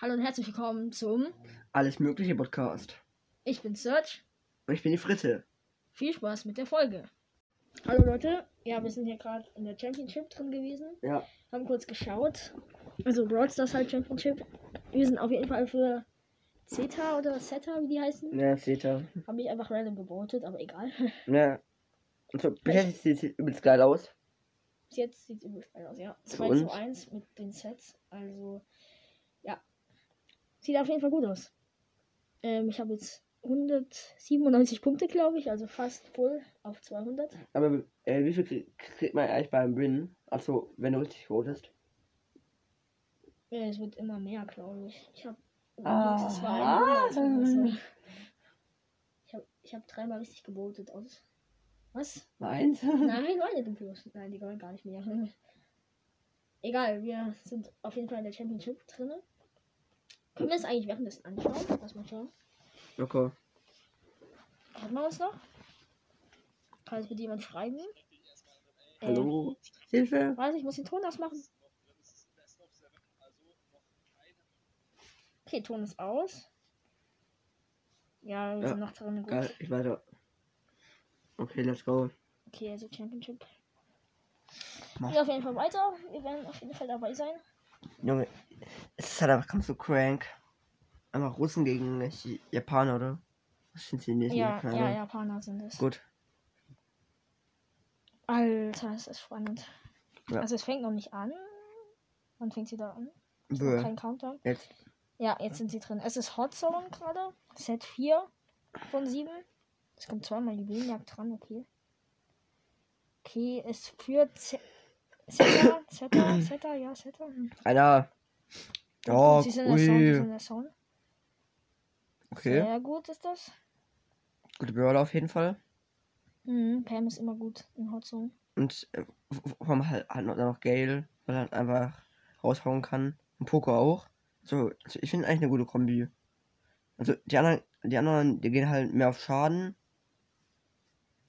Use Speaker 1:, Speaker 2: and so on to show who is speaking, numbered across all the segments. Speaker 1: Hallo und herzlich willkommen zum
Speaker 2: Alles Mögliche Podcast.
Speaker 1: Ich bin Serge.
Speaker 2: Und ich bin die Fritte.
Speaker 1: Viel Spaß mit der Folge. Hallo Leute. Ja, wir sind hier gerade in der Championship drin gewesen.
Speaker 2: Ja.
Speaker 1: Haben kurz geschaut. Also Brawl Stars halt Championship. Wir sind auf jeden Fall für Zeta oder Zeta, wie die heißen.
Speaker 2: Na, seht ihr.
Speaker 1: Haben mich einfach random gebotet, aber egal.
Speaker 2: Na. Und so, bis jetzt sieht es übelst geil aus.
Speaker 1: Bis jetzt sieht übelst geil aus, ja.
Speaker 2: Für
Speaker 1: 2 zu
Speaker 2: uns?
Speaker 1: 1 mit den Sets. Also, ja. Sieht auf jeden Fall gut aus. Ähm, ich habe jetzt 197 Punkte, glaube ich. Also fast voll auf 200.
Speaker 2: Aber äh, wie viel krie- kriegt man eigentlich beim Win? Also, wenn du richtig votest.
Speaker 1: Äh, es wird immer mehr, glaube ich. Ich habe.
Speaker 2: Ah.
Speaker 1: das war 100 oder so. Ich habe ich hab dreimal richtig gebotet aus. Was?
Speaker 2: Meins?
Speaker 1: Nein, die wollen nicht im Plus. Nein, die wollen gar nicht mehr. Egal, wir sind auf jeden Fall in der Championship drin. Können wir es eigentlich währenddessen anschauen? Lass mal schauen.
Speaker 2: Okay.
Speaker 1: Hat man uns noch? Kann es bitte jemand schreiben? Äh.
Speaker 2: Hallo? Hilfe?
Speaker 1: Ähm, weiß ich, muss den Ton ausmachen. Okay, Ton ist aus. Ja, wir
Speaker 2: Ja,
Speaker 1: sind noch drin. Gut.
Speaker 2: Geil, ich weiter. Okay, let's go.
Speaker 1: Okay, also Championship.
Speaker 2: Mach.
Speaker 1: Wir auf jeden Fall weiter. Wir werden auf jeden Fall dabei sein.
Speaker 2: Junge, es ist halt einfach ganz so crank. Einmal Russen gegen Chi- Japaner, oder? Was sind sie nicht?
Speaker 1: Ja, ja, Japaner sind es.
Speaker 2: Gut.
Speaker 1: Alter, es ist spannend.
Speaker 2: Ja.
Speaker 1: Also es fängt noch nicht an. Wann fängt sie da an? Ist noch
Speaker 2: Bö.
Speaker 1: kein Countdown.
Speaker 2: Jetzt.
Speaker 1: Ja, jetzt sind sie drin. Es ist Hot Zone gerade. Set 4 von 7. Es kommt zweimal die Bienenjagd dran, okay. Okay, es führt Z- Zeta, Zeta, Zeta, ja, Zeta. Hm.
Speaker 2: Alter. Oh,
Speaker 1: sie sind in der Zone, sie sind in
Speaker 2: cool.
Speaker 1: der Zone.
Speaker 2: Okay.
Speaker 1: Sehr gut ist das.
Speaker 2: Gute Brawler auf jeden Fall.
Speaker 1: Mhm, Pam ist immer gut in Hot Zone.
Speaker 2: Und äh, vom halt hat noch- dann noch Gale, weil er halt einfach raushauen kann. Und Poco auch. So, also ich finde eigentlich eine gute Kombi. Also die anderen, die anderen, die gehen halt mehr auf Schaden.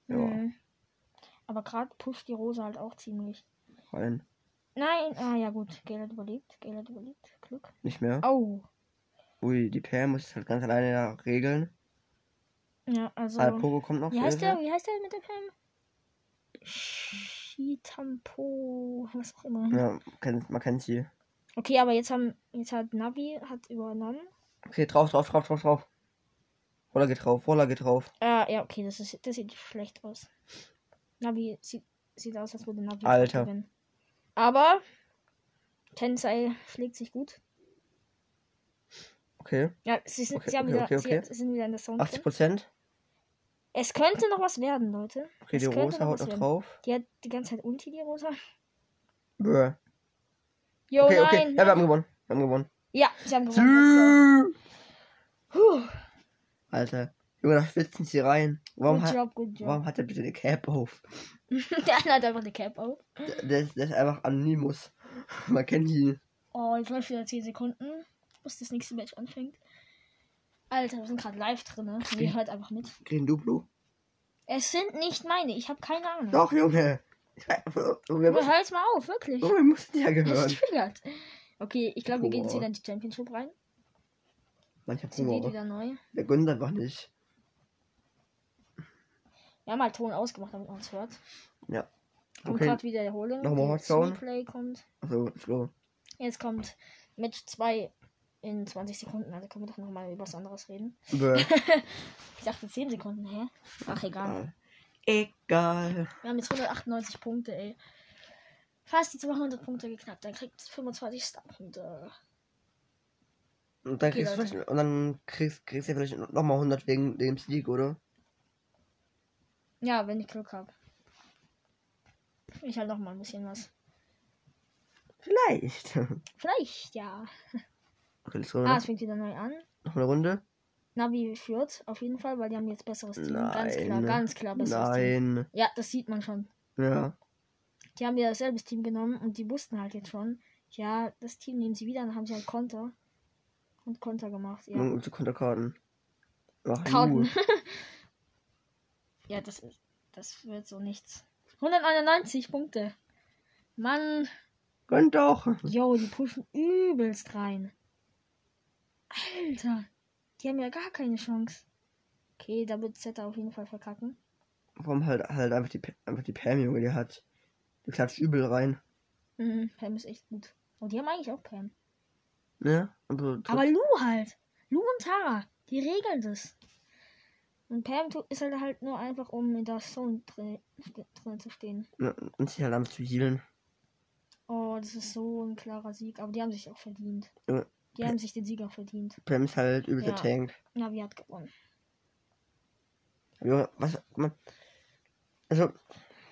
Speaker 2: Ja,
Speaker 1: Mhm. Aber gerade pusht die Rose halt auch ziemlich.
Speaker 2: rein.
Speaker 1: Nein, ah ja gut, Gale hat überlebt, Gale hat überlebt, Glück.
Speaker 2: Nicht mehr.
Speaker 1: Au.
Speaker 2: Ui, die Pam muss es halt ganz alleine da regeln.
Speaker 1: Ja, also.
Speaker 2: Ah, Poco kommt noch.
Speaker 1: Wie heißt der?
Speaker 2: Hilfe.
Speaker 1: Wie heißt der mit der Pam? Shitampo, was auch immer.
Speaker 2: Ja, kennt- man kennt sie.
Speaker 1: Okay, aber jetzt haben jetzt hat Navi hat übernommen.
Speaker 2: Okay, drauf, drauf, drauf, drauf, drauf. Roller geht drauf, Roller geht drauf.
Speaker 1: Äh, ja, okay, das ist das sieht schlecht aus. Navi sieht, sieht aus, als würde Navi
Speaker 2: Alter.
Speaker 1: gewinnen. Aber Tensei schlägt sich gut.
Speaker 2: Okay,
Speaker 1: Ja, sie, sind,
Speaker 2: Okay,
Speaker 1: sie, haben
Speaker 2: okay,
Speaker 1: wieder,
Speaker 2: okay, okay.
Speaker 1: Sie, sind wieder in der Sound.
Speaker 2: 80 Prozent.
Speaker 1: Es könnte noch was werden, Leute.
Speaker 2: Okay,
Speaker 1: Es
Speaker 2: die
Speaker 1: könnte
Speaker 2: Rosa
Speaker 1: noch
Speaker 2: haut
Speaker 1: was
Speaker 2: noch
Speaker 1: werden.
Speaker 2: drauf.
Speaker 1: Die hat die ganze Zeit Unti, die Rosa.
Speaker 2: Bäh.
Speaker 1: Jo,
Speaker 2: okay,
Speaker 1: nein.
Speaker 2: okay. Ja,
Speaker 1: Oh nein.
Speaker 2: wir haben gewonnen. Wir haben gewonnen.
Speaker 1: Ja, sie haben gewonnen.
Speaker 2: Sü-
Speaker 1: Puh,
Speaker 2: Alter. Junge, da schwitzen sie rein. Warum,
Speaker 1: good
Speaker 2: hat,
Speaker 1: job, good job.
Speaker 2: warum hat er bitte eine Cap auf?
Speaker 1: Der andere hat einfach eine Cap oh. auf.
Speaker 2: Der, der, ist, der ist einfach Anonymous. Man kennt ihn.
Speaker 1: Oh, jetzt läuft wieder 10 Sekunden, bis das nächste Match anfängt. Alter, wir sind gerade live drin, ne? Ihr hört einfach mit.
Speaker 2: Green Duplo.
Speaker 1: Es sind nicht meine, ich habe keine Ahnung.
Speaker 2: Doch, Junge. Wir
Speaker 1: Aber
Speaker 2: müssen,
Speaker 1: hör jetzt mal auf, wirklich.
Speaker 2: Junge, wir müssen die ja
Speaker 1: Es
Speaker 2: gehören.
Speaker 1: triggert. Okay, ich glaube, wir gehen jetzt
Speaker 2: Boah.
Speaker 1: wieder in die Championship rein.
Speaker 2: Mann, ich hab
Speaker 1: Sind die
Speaker 2: Hunger.
Speaker 1: wieder neu.
Speaker 2: Der gönnt einfach nicht.
Speaker 1: Wir haben halt Ton ausgemacht, damit man es hört.
Speaker 2: Ja.
Speaker 1: Kommt
Speaker 2: Okay.
Speaker 1: gerade wieder Erholung.
Speaker 2: Nochmal
Speaker 1: Die
Speaker 2: Hot Zone.
Speaker 1: Replay kommt.
Speaker 2: Also, let's go.
Speaker 1: Jetzt kommt Match 2 in 20 Sekunden. Also können wir doch nochmal über was anderes reden.
Speaker 2: Bäh.
Speaker 1: Ich dachte 10 Sekunden, hä? Ach, egal.
Speaker 2: Egal.
Speaker 1: Wir haben jetzt 198 Punkte, ey. Fast die 200 Punkte geknackt. Dann kriegt 25 Star-Punkte.
Speaker 2: Und dann
Speaker 1: Okay,
Speaker 2: kriegst du
Speaker 1: Leute.
Speaker 2: vielleicht, und dann kriegst, kriegst du ja vielleicht nochmal 100 wegen dem Sieg, oder?
Speaker 1: Ja, wenn ich Glück habe. Ich halt noch mal ein bisschen was.
Speaker 2: Vielleicht.
Speaker 1: Vielleicht, ja.
Speaker 2: Okay, let's go.
Speaker 1: Ah,
Speaker 2: Noch
Speaker 1: es fängt wieder neu an.
Speaker 2: noch eine Runde?
Speaker 1: Navi führt auf jeden Fall, weil die haben jetzt besseres Team. Ganz klar,
Speaker 2: Nein.
Speaker 1: ganz klar besseres Team.
Speaker 2: Nein.
Speaker 1: Ja, das sieht man schon.
Speaker 2: Ja.
Speaker 1: Die haben wieder dasselbe Team genommen und die wussten halt jetzt schon. Ja, das Team nehmen sie wieder, dann haben sie halt Konter. Und Konter gemacht, ja.
Speaker 2: Nun um zu Konterkarten. Ach,
Speaker 1: Karten.
Speaker 2: Ju.
Speaker 1: ja, das ist. Das wird so nichts. 191 Punkte. Mann,
Speaker 2: Gönnt doch.
Speaker 1: yo, die pushen übelst rein. Alter, die haben ja gar keine Chance. Okay, da wird Zeta auf jeden Fall verkacken.
Speaker 2: Warum halt halt einfach die, Pe- einfach die Pam, Junge, die hat. Die klatscht übel rein.
Speaker 1: Mhm, Pam ist echt gut. Oh, die haben eigentlich auch Pam.
Speaker 2: Ne? Und so drückt-
Speaker 1: Aber Lu halt. Lu und Tara, die regeln das. Und Pam tu- ist halt halt nur einfach, um in der Zone drin, drin zu stehen.
Speaker 2: ne, und sich halt einfach zu healen.
Speaker 1: Oh, das ist so ein klarer Sieg. Aber die haben sich auch verdient.
Speaker 2: Ja.
Speaker 1: Die haben sich den Sieg auch verdient.
Speaker 2: Pam ist halt übel
Speaker 1: Ja.
Speaker 2: getankt.
Speaker 1: Navi hat gewonnen.
Speaker 2: Junge, was. Man, also,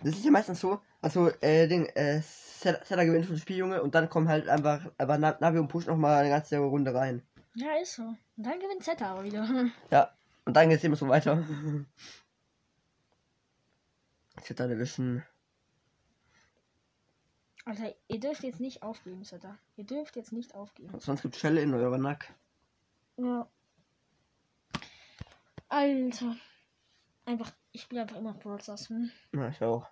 Speaker 2: das ist ja meistens so. Also, äh, Ding, äh, Set- Setter gewinnt schon das Spiel, Junge, und dann kommen halt einfach. Aber Na- Navi und Push nochmal eine ganze Runde rein.
Speaker 1: Ja, ist so. Und dann gewinnt Zeta aber wieder.
Speaker 2: Ja, und dann geht's immer so weiter. Zeta Division.
Speaker 1: Alter, ihr dürft jetzt nicht aufgeben, Zeta. Ihr dürft jetzt nicht aufgeben.
Speaker 2: Sonst gibt's Schelle in eurer Nack.
Speaker 1: Ja. Alter. Einfach, ich spiele einfach immer Brawl Stars. Hm?
Speaker 2: Ja, ich auch.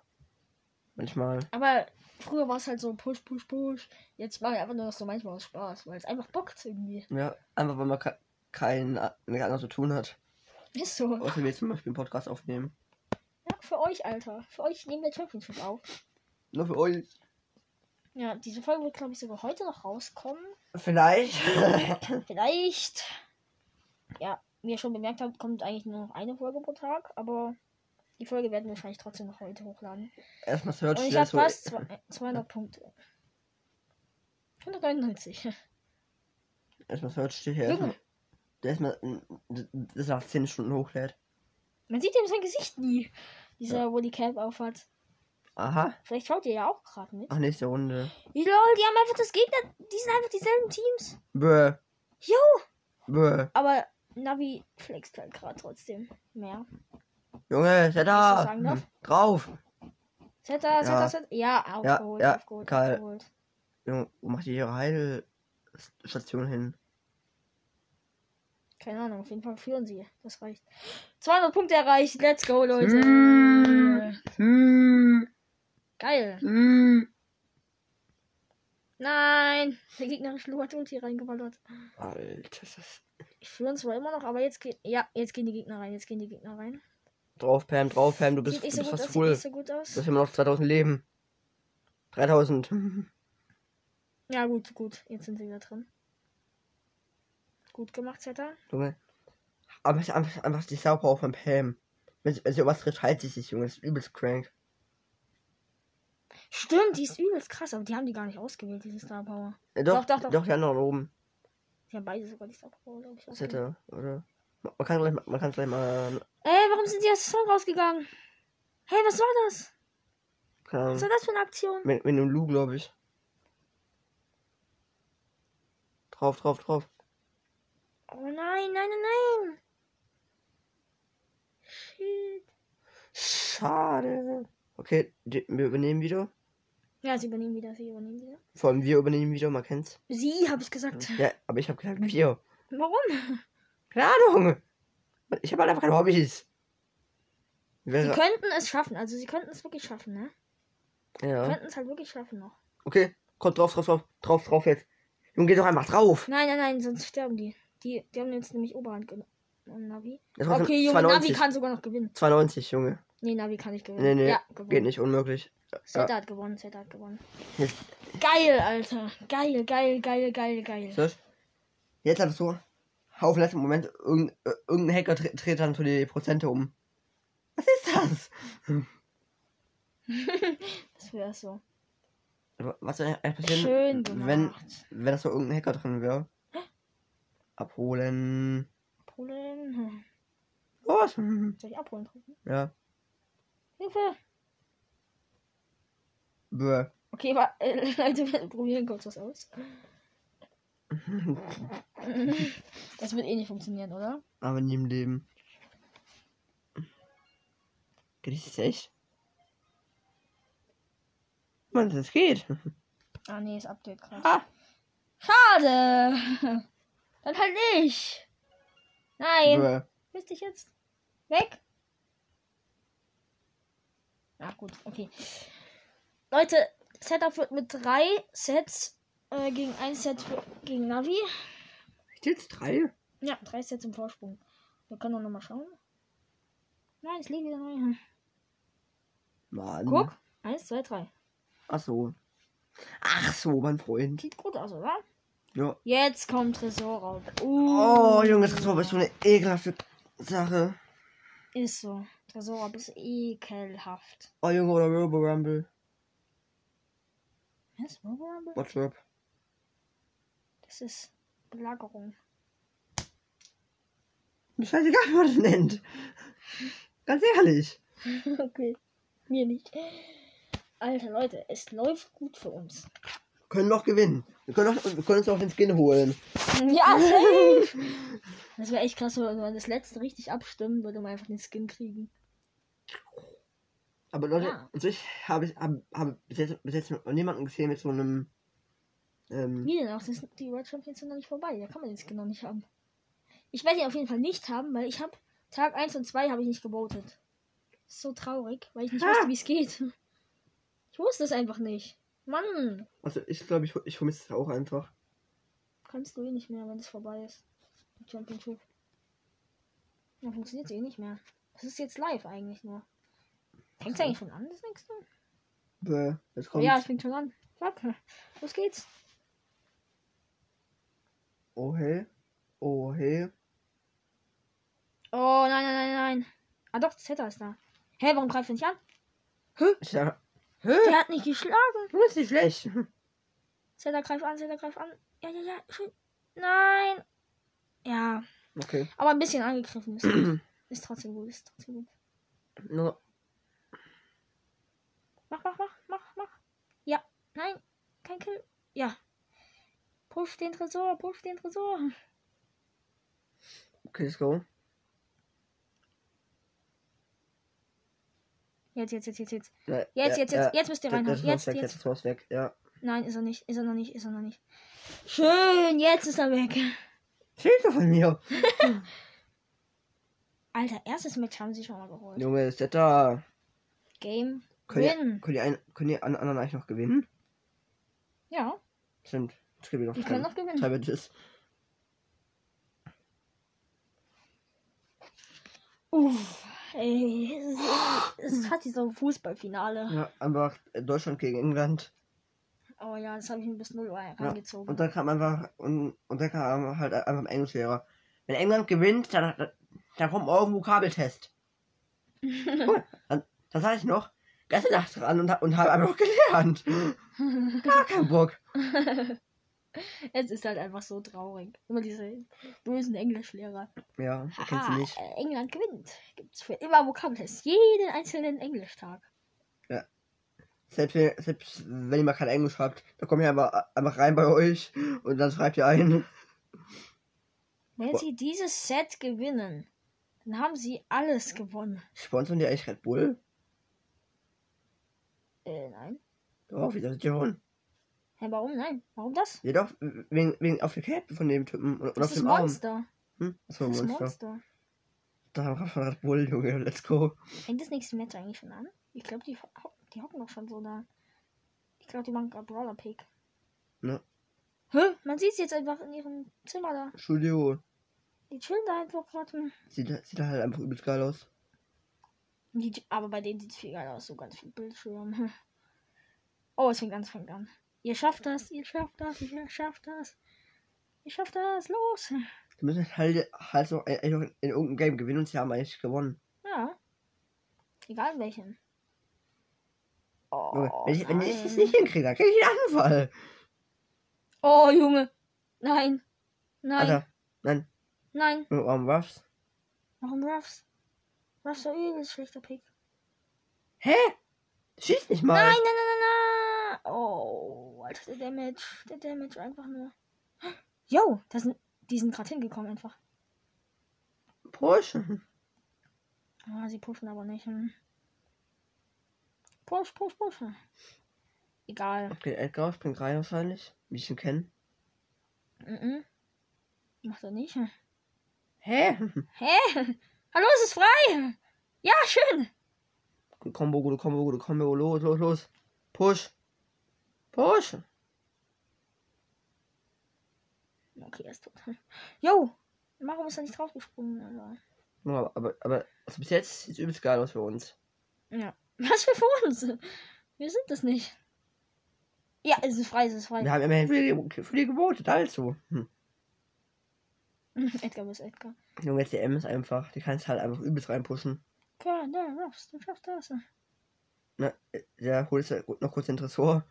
Speaker 2: Manchmal.
Speaker 1: Aber früher war es halt so Push, Push, Push. Jetzt mache ich einfach nur noch so manchmal aus Spaß, weil es einfach bockt irgendwie.
Speaker 2: Ja, einfach weil man ke- kein, äh, nichts anderes zu tun hat.
Speaker 1: Ist so.
Speaker 2: Außer wir zum Beispiel einen Podcast aufnehmen.
Speaker 1: Ja, für euch, Alter. Für euch nehmen wir Championship auf.
Speaker 2: Nur für euch.
Speaker 1: Ja, diese Folge wird, glaube ich, sogar heute noch rauskommen.
Speaker 2: Vielleicht.
Speaker 1: Vielleicht. Ja, wie ihr schon bemerkt habt, kommt eigentlich nur noch eine Folge pro Tag, aber die Folge werden wir wahrscheinlich trotzdem noch heute hochladen.
Speaker 2: Erstmal Search.
Speaker 1: Und ich
Speaker 2: der
Speaker 1: habe
Speaker 2: ist so-
Speaker 1: fast zwei- 200 Punkte. 199.
Speaker 2: Erstmal Search steht hier.
Speaker 1: Junge.
Speaker 2: Erstmal, der erstmal, äh, das nach 10 Stunden hochlädt.
Speaker 1: Man sieht ihm sein Gesicht nie. Dieser, wo die Cap auf hat.
Speaker 2: Aha.
Speaker 1: Vielleicht schaut ihr ja auch gerade mit.
Speaker 2: Ach, nächste Runde.
Speaker 1: Lol, die haben einfach das Gegner. Die sind einfach dieselben Teams.
Speaker 2: Bäh.
Speaker 1: Jo!
Speaker 2: Bäh.
Speaker 1: Aber Navi flext halt gerade trotzdem mehr.
Speaker 2: Junge,
Speaker 1: Was ich
Speaker 2: Setter.
Speaker 1: sagen darf?
Speaker 2: Hm, Drauf.
Speaker 1: Zeta, Zeta,
Speaker 2: Ja.
Speaker 1: Zeta. Ja, aufgeholt,
Speaker 2: ja,
Speaker 1: aufgeholt,
Speaker 2: geil.
Speaker 1: aufgeholt.
Speaker 2: Junge, wo macht ihr ihre Heilstation hin?
Speaker 1: Keine Ahnung, auf jeden Fall führen sie. Das reicht. 200 Punkte erreicht. Let's go, Leute.
Speaker 2: Mm. Hm,
Speaker 1: Geil.
Speaker 2: hm.
Speaker 1: Nein. Der gegnerische Lu hat Ulti reingeballert.
Speaker 2: Alter, ist das.
Speaker 1: Ich führe uns zwar immer noch, aber jetzt geht. Ja, jetzt gehen die Gegner rein. Jetzt gehen die Gegner rein.
Speaker 2: Drauf, Pam, drauf, Pam, du bist,
Speaker 1: sieht
Speaker 2: du
Speaker 1: nicht so
Speaker 2: bist
Speaker 1: gut
Speaker 2: fast
Speaker 1: aus. Sieht
Speaker 2: full.
Speaker 1: nicht so gut
Speaker 2: Du
Speaker 1: aus.
Speaker 2: hast immer noch 2000 Leben. 3000.
Speaker 1: Ja, gut, gut. Jetzt sind sie wieder drin. Gut gemacht, Zeta.
Speaker 2: Junge. Aber es ist einfach, einfach die Sauber von Pam. Wenn sie, wenn sie was trifft, heilt sie sich, Junge. Das ist übelst crank.
Speaker 1: Stimmt, die ist übelst krass, aber die haben die gar nicht ausgewählt, diese Star Power.
Speaker 2: Äh, doch,
Speaker 1: Doch,
Speaker 2: doch,
Speaker 1: doch, doch.
Speaker 2: die anderen oben.
Speaker 1: Die haben beide sogar die Star Power, glaube ich. ausgewählt.
Speaker 2: Zette, oder? Man man kann gleich, mal- man kann gleich mal.
Speaker 1: Ey, warum sind die aus der Song rausgegangen? Hey, was war das?
Speaker 2: Keine
Speaker 1: Was
Speaker 2: Ahnung.
Speaker 1: war das für eine Aktion?
Speaker 2: Mit, mit einem Lu, glaube ich. Drauf, drauf, drauf.
Speaker 1: Oh nein, nein, nein, nein. Shit.
Speaker 2: Schade. Okay, die, wir übernehmen wieder.
Speaker 1: Ja, sie übernehmen wieder, sie übernehmen wieder.
Speaker 2: Vor allem wir übernehmen wieder, man kennt's.
Speaker 1: Sie, habe ich gesagt.
Speaker 2: Ja, aber ich habe gesagt, wir.
Speaker 1: Warum?
Speaker 2: Keine Ahnung. Ich habe halt einfach keine Hobbys.
Speaker 1: Sie
Speaker 2: Wäre,
Speaker 1: könnten es schaffen, also sie könnten es wirklich schaffen, ne?
Speaker 2: ja.
Speaker 1: Könnten es halt wirklich schaffen noch.
Speaker 2: Okay, komm drauf, drauf, drauf, drauf, drauf jetzt. Nun geh doch einfach drauf.
Speaker 1: Nein, nein, nein, sonst sterben die. Die, die haben jetzt nämlich Oberhand genommen. Und Navi.
Speaker 2: Das war
Speaker 1: Okay, Junge, Navi
Speaker 2: 92.
Speaker 1: kann sogar noch gewinnen.
Speaker 2: 92, Junge.
Speaker 1: Nee, Navi kann nicht gewinnen.
Speaker 2: Nee, nee,
Speaker 1: ja,
Speaker 2: geht
Speaker 1: gewonnen.
Speaker 2: nicht, unmöglich.
Speaker 1: Zeta hat gewonnen, Zeta hat gewonnen.
Speaker 2: Jetzt,
Speaker 1: Geil, Alter. Geil, geil, geil, geil, geil.
Speaker 2: Search. Jetzt einfach so, auf den letzten Moment, irgend, äh, irgendein Hacker tre- dreht dann so die Prozente um. Was ist das?
Speaker 1: Das wäre so.
Speaker 2: Aber Was wäre eigentlich
Speaker 1: Schön
Speaker 2: passieren,
Speaker 1: gemacht.
Speaker 2: wenn, wenn das so irgendein Hacker drin wäre? Abholen.
Speaker 1: Abholen. Hm.
Speaker 2: Los.
Speaker 1: Soll ich abholen drücken?
Speaker 2: Ja.
Speaker 1: Hilfe!
Speaker 2: Bäh.
Speaker 1: Okay, wa- äh, Leute, wir probieren kurz was aus. Das wird eh nicht funktionieren, oder?
Speaker 2: Aber nie im Leben. Geht das echt? Mann, das geht.
Speaker 1: Ah, nee, ist Update gerade.
Speaker 2: Ah,
Speaker 1: Schade! Dann halt nicht! Nein!
Speaker 2: bäh.
Speaker 1: Bist dich jetzt? Weg! Ach gut, okay. Leute, Setup wird mit drei Sets äh, gegen ein Set für, gegen Navi.
Speaker 2: Jetzt drei?
Speaker 1: Ja, drei Sets im Vorsprung. Wir können doch nochmal schauen. Nein, es liegt wieder neu.
Speaker 2: Mann.
Speaker 1: Guck. Eins, zwei, drei.
Speaker 2: Ach so. Ach so, mein Freund.
Speaker 1: Sieht gut aus, oder?
Speaker 2: Ja.
Speaker 1: Jetzt kommt Tresorraub.
Speaker 2: Oh,
Speaker 1: Uh.
Speaker 2: Junge, das war so eine ekelhafte Sache.
Speaker 1: Ist so. Tresorraub ist ekelhaft.
Speaker 2: Oh, Junge, oder Robo Rumble.
Speaker 1: Was? Robo Rumble?
Speaker 2: What's up?
Speaker 1: Das ist Belagerung.
Speaker 2: Mir scheißegal, wie man das nennt. Ganz ehrlich.
Speaker 1: okay. Mir nicht. Alter Leute, es läuft gut für uns.
Speaker 2: Wir können noch gewinnen. Wir können, noch, wir können uns auch den Skin holen.
Speaker 1: Ja, safe! Das wäre echt krass, wenn wir das letzte richtig abstimmen, würde man einfach den Skin kriegen.
Speaker 2: Aber Leute,
Speaker 1: Ja.
Speaker 2: also ich habe ich habe habe bis jetzt, bis jetzt noch niemanden gesehen mit so einem ähm,
Speaker 1: Wie denn auch? Das ist, die World Champions sind noch nicht vorbei. Da kann man den Skin noch nicht haben. Ich werde ihn auf jeden Fall nicht haben, weil ich habe Tag 1 und 2 habe ich nicht gebotet. Ist so traurig, weil ich nicht
Speaker 2: Ah.
Speaker 1: wusste, wie es geht. Ich wusste es einfach nicht. Mann,
Speaker 2: also ich glaube ich hol- ich hole mir das auch einfach.
Speaker 1: kannst du eh nicht mehr, wenn es vorbei ist. Die Championship. Dann funktioniert eh nicht mehr. Das ist jetzt live eigentlich nur. Fängt
Speaker 2: Ach so.
Speaker 1: eigentlich schon an, das nächste?
Speaker 2: Bäh, jetzt
Speaker 1: Oh
Speaker 2: kommt.
Speaker 1: ja, es fängt schon an. Fuck. Los geht's.
Speaker 2: Oh hey. Oh hey.
Speaker 1: Oh nein, nein, nein, nein. Ah doch, Zeta ist da. Hä, warum greift er nicht an?
Speaker 2: Ich sag, hä?
Speaker 1: Der hat nicht geschlagen.
Speaker 2: Du bist nicht schlecht.
Speaker 1: Zelda greif an, Zelda greif an. Ja, ja, ja, schön. Nein. Ja,
Speaker 2: Okay.
Speaker 1: aber ein bisschen angegriffen ist. gut. ist trotzdem gut, ist trotzdem gut.
Speaker 2: No.
Speaker 1: Mach, mach, mach, mach, mach. Ja, nein, kein Kill. Ja. Push den Tresor, push den Tresor.
Speaker 2: Okay, let's go.
Speaker 1: Jetzt, jetzt, jetzt, jetzt, jetzt.
Speaker 2: Ja,
Speaker 1: Jetzt, jetzt, jetzt, jetzt müsst ihr
Speaker 2: Das
Speaker 1: reinhauen.
Speaker 2: war's
Speaker 1: Jetzt,
Speaker 2: weg, jetzt
Speaker 1: jetzt.
Speaker 2: das war's weg. Ja.
Speaker 1: Nein, ist er nicht, ist er noch nicht, ist er noch nicht. Schön, jetzt ist er weg.
Speaker 2: Schilder von mir.
Speaker 1: Alter, erstes Match haben sie schon mal geholt.
Speaker 2: Junge, ist der da.
Speaker 1: Game.
Speaker 2: Können
Speaker 1: Hm. Win. Hm?
Speaker 2: die, können die, ein, können die an- anderen eigentlich noch gewinnen?
Speaker 1: Ja,
Speaker 2: Stimmt. Jetzt gewinnen
Speaker 1: die können noch gewinnen.
Speaker 2: Savages.
Speaker 1: Uff, ey, es ist, es ist fast wie so ein Fußballfinale.
Speaker 2: Ja, einfach äh, Deutschland gegen England.
Speaker 1: Oh ja, das habe ich mir bis 0 Uhr reingezogen.
Speaker 2: Und dann kam einfach und, und dann kam halt einfach ein Englischlehrer. Wenn England gewinnt, dann, dann, dann kommt morgen Vokabeltest. cool. Dann, dann saß ich noch ganze Nacht dran und, hab- und habe einfach gelernt. Gar kein Bock.
Speaker 1: es ist halt einfach so traurig. Immer diese bösen Englischlehrer.
Speaker 2: Ja,
Speaker 1: Haha,
Speaker 2: kennst du nicht.
Speaker 1: äh, England gewinnt. Gibt's für immer Vokabeltests. Jeden einzelnen Englischtag.
Speaker 2: Selbst, wenn- selbst wenn ihr mal kein Englisch habt, dann kommt ihr einfach, einfach rein bei euch und dann schreibt ihr ein.
Speaker 1: Wenn
Speaker 2: Boah.
Speaker 1: sie dieses Set gewinnen, dann haben sie alles gewonnen.
Speaker 2: Sponsoren die eigentlich Red Bull?
Speaker 1: Äh, nein.
Speaker 2: Doch, wie das schon?
Speaker 1: Hä, warum? Nein. Warum das?
Speaker 2: Ja doch, wegen, wegen auf der Kette von dem Typen oder, oder
Speaker 1: Das
Speaker 2: auf
Speaker 1: ist
Speaker 2: dem Arm.
Speaker 1: Monster.
Speaker 2: Hm? Das war ein
Speaker 1: Das ist
Speaker 2: Monster.
Speaker 1: Monster.
Speaker 2: Da haben wir schon Red Bull, Junge, let's go.
Speaker 1: Fängt das nächste Match eigentlich schon an? Ich glaube, die, ho- die hocken doch schon so da. Ich glaube, die machen gerade Brawler Pick.
Speaker 2: Ne.
Speaker 1: Hä? Man sieht sie jetzt einfach in ihrem Zimmer da.
Speaker 2: Studio.
Speaker 1: Die chillen da einfach Hm. gerade.
Speaker 2: Sieht, sieht halt einfach übelst geil aus.
Speaker 1: Die, aber bei denen sieht es viel geil aus, so ganz viel Bildschirm. Hm. Oh, es fängt an, es fängt an. Ihr schafft das, ihr schafft das, ihr schafft das. Ihr schafft das, los. Hm.
Speaker 2: Die müssen halt, halt so ein- eigentlich noch in irgendeinem Game gewinnen und sie haben eigentlich gewonnen.
Speaker 1: Ja. Egal in welchem.
Speaker 2: Junge,
Speaker 1: Oh,
Speaker 2: wenn, ich, wenn ich
Speaker 1: nein.
Speaker 2: das nicht hinkriege, dann krieg ich einen Anfall.
Speaker 1: oh Junge. Nein. Nein.
Speaker 2: Alter, nein.
Speaker 1: Nein.
Speaker 2: Junge, Warum war's?
Speaker 1: Warum Ruffs? Ruffs war übelst schlechter Pick.
Speaker 2: Hä? Schieß nicht mal.
Speaker 1: Nein, nein, nein, nein, nein! Oh, Alter, der Damage. Der Damage einfach nur. Yo, das sind, die sind gerade hingekommen einfach.
Speaker 2: Push.
Speaker 1: Ah, sie pushen aber nicht. Hm. Push, push, push. Egal.
Speaker 2: Okay, Edgar springt rein wahrscheinlich. Wie ich ihn kenne.
Speaker 1: Mhm. Macht er nicht. hm.
Speaker 2: Hä?
Speaker 1: Hä? Hallo, es ist frei! Ja, schön!
Speaker 2: Gute Combo, gute Combo, gute Combo. Los, los, los. Push. Push.
Speaker 1: Okay, er ist tot. Jo! Warum ist er nicht draufgesprungen? Alter?
Speaker 2: Aber, aber, aber also bis jetzt sieht übelst geil aus für uns.
Speaker 1: Ja. Was für vor uns? Wir sind es nicht. Ja, es ist frei, es ist frei.
Speaker 2: Wir haben immerhin viele, viele gebotet, also. Hm.
Speaker 1: Edgar ist Edgar.
Speaker 2: Junge, jetzt die M ist einfach, die kannst halt einfach übelst reinpushen.
Speaker 1: Klar, da, Ruffs, du schaffst das.
Speaker 2: Na, äh, ja, hol jetzt noch kurz den Tresor.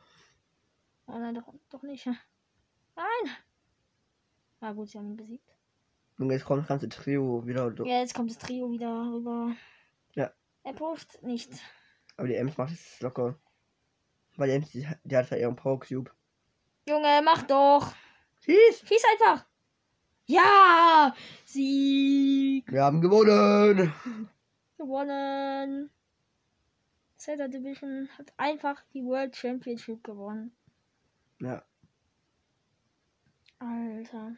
Speaker 1: Oh nein, doch, doch nicht. Nein! Na gut, sie haben ihn besiegt.
Speaker 2: Junge, jetzt kommt das ganze Trio wieder. durch.
Speaker 1: Ja, jetzt kommt das Trio wieder rüber.
Speaker 2: Ja.
Speaker 1: Er pusht nicht.
Speaker 2: Aber die Ems macht es locker. Weil die Ems, die, die hat halt ihren Power Cube.
Speaker 1: Junge, mach doch!
Speaker 2: Schieß!
Speaker 1: Schieß einfach! Ja! Sieg!
Speaker 2: Wir haben gewonnen!
Speaker 1: Gewonnen! Zelda Division hat einfach die World Championship gewonnen.
Speaker 2: Ja.
Speaker 1: Alter.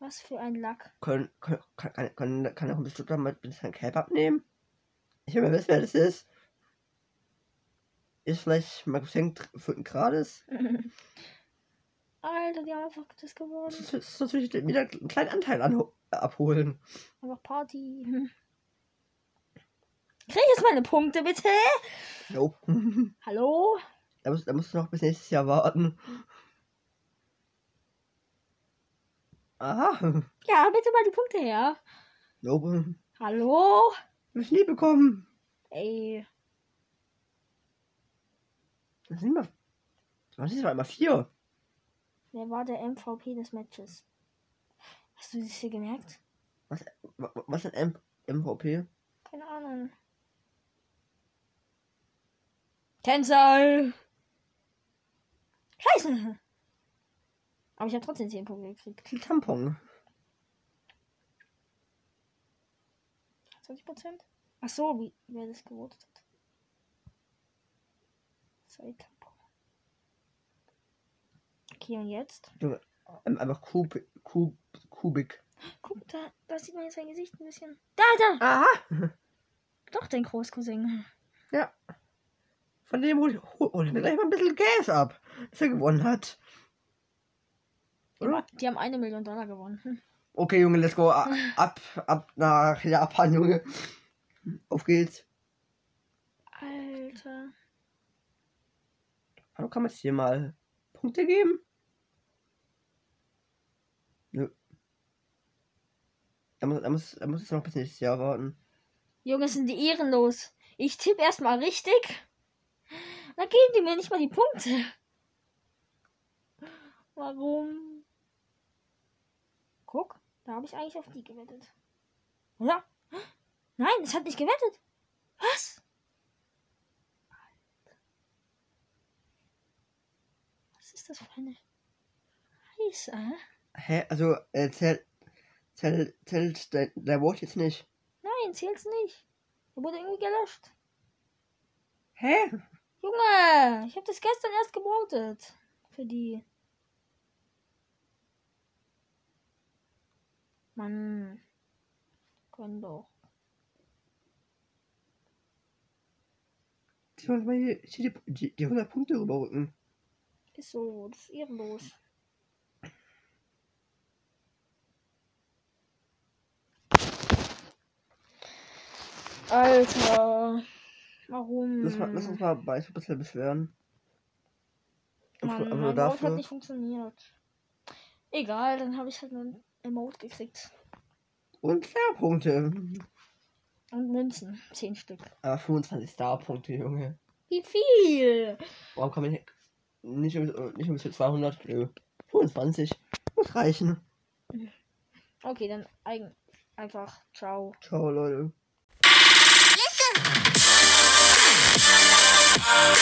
Speaker 1: Was für ein Lack.
Speaker 2: Können, können, kann, kann, kann, kann auch ein Stuttgart mal mit seinem Cape abnehmen? Ich will mal wissen, wer das ist. Ist vielleicht Markus Henk dr- vierten Grades?
Speaker 1: Alter, die haben einfach das
Speaker 2: Das
Speaker 1: gewonnen.
Speaker 2: ist, das ist natürlich wieder einen kleinen Anteil an, abholen.
Speaker 1: Einfach Party. Krieg ich jetzt meine Punkte, bitte?
Speaker 2: Nope.
Speaker 1: Hallo?
Speaker 2: da, musst, da musst du noch bis nächstes Jahr warten. Aha.
Speaker 1: Ja, bitte mal die Punkte her.
Speaker 2: Nope.
Speaker 1: Hallo?
Speaker 2: Hab ich nie bekommen.
Speaker 1: Ey.
Speaker 2: Das sind immer. Was ist das? Immer vier.
Speaker 1: Wer war der MVP des Matches? Hast du das hier gemerkt?
Speaker 2: Wa- wa- Was ist ein M MVP?
Speaker 1: Keine Ahnung. Cancel! Scheiße! Aber ich habe trotzdem 10 Punkte gekriegt.
Speaker 2: Ein Tampon.
Speaker 1: 20 Prozent? Ach so, wie wer das gewotet hat. Seitappo. Okay, und jetzt?
Speaker 2: Ähm, Einfach Kub, Kub, Kubik.
Speaker 1: Guck, da, da sieht man jetzt sein Gesicht ein bisschen. Da, da!
Speaker 2: Aha!
Speaker 1: Doch, dein Großcousin.
Speaker 2: Von dem hol ich, hol, hol ich mir gleich mal ein bisschen Gas ab, dass er gewonnen hat. Oder?
Speaker 1: Die haben eine Million Dollar gewonnen. Hm.
Speaker 2: Okay, Junge, let's go. A- Ab, ab nach Japan, Junge. Auf geht's.
Speaker 1: Alter.
Speaker 2: Hallo, kann man jetzt hier mal Punkte geben? Nö. Da muss, da muss, da muss ich noch bis nächstes Jahr warten.
Speaker 1: Junge, sind die ehrenlos. Ich tippe erstmal richtig. Dann geben die mir nicht mal die Punkte. Warum? Guck, da habe ich eigentlich auf die gewettet. Oder? Nein, es hat nicht gewettet. Was? Was ist das für eine Scheiße? hä?
Speaker 2: Hä? Also, äh, zählt, zählt, zählt der, der Wort jetzt nicht.
Speaker 1: Nein, zählt's nicht. Er wurde irgendwie gelöscht.
Speaker 2: Hä?
Speaker 1: Junge, ich habe das gestern erst gebotet. Für die. Mann. Können doch.
Speaker 2: Die sollen mal hier, hier die, die, die 100 Punkte rüberrücken.
Speaker 1: Ist so, das ist ehrenlos. Alter. Warum?
Speaker 2: Lass, mal, lass uns
Speaker 1: Hm.
Speaker 2: mal bei Supercell beschweren.
Speaker 1: Mann,
Speaker 2: Also, also
Speaker 1: mein Emote hat
Speaker 2: dafür,
Speaker 1: nicht funktioniert. Egal, dann habe ich halt einen Emote gekriegt.
Speaker 2: und Star-Punkte.
Speaker 1: Und Münzen. Zehn Stück.
Speaker 2: Aber 25 Star-Punkte, Junge.
Speaker 1: Wie viel?
Speaker 2: Warum kann man hier- nicht um, nicht um 200? Nö. 25. Muss reichen.
Speaker 1: Okay, dann eigen einfach. Ciao.
Speaker 2: Ciao, Leute.
Speaker 3: Listen.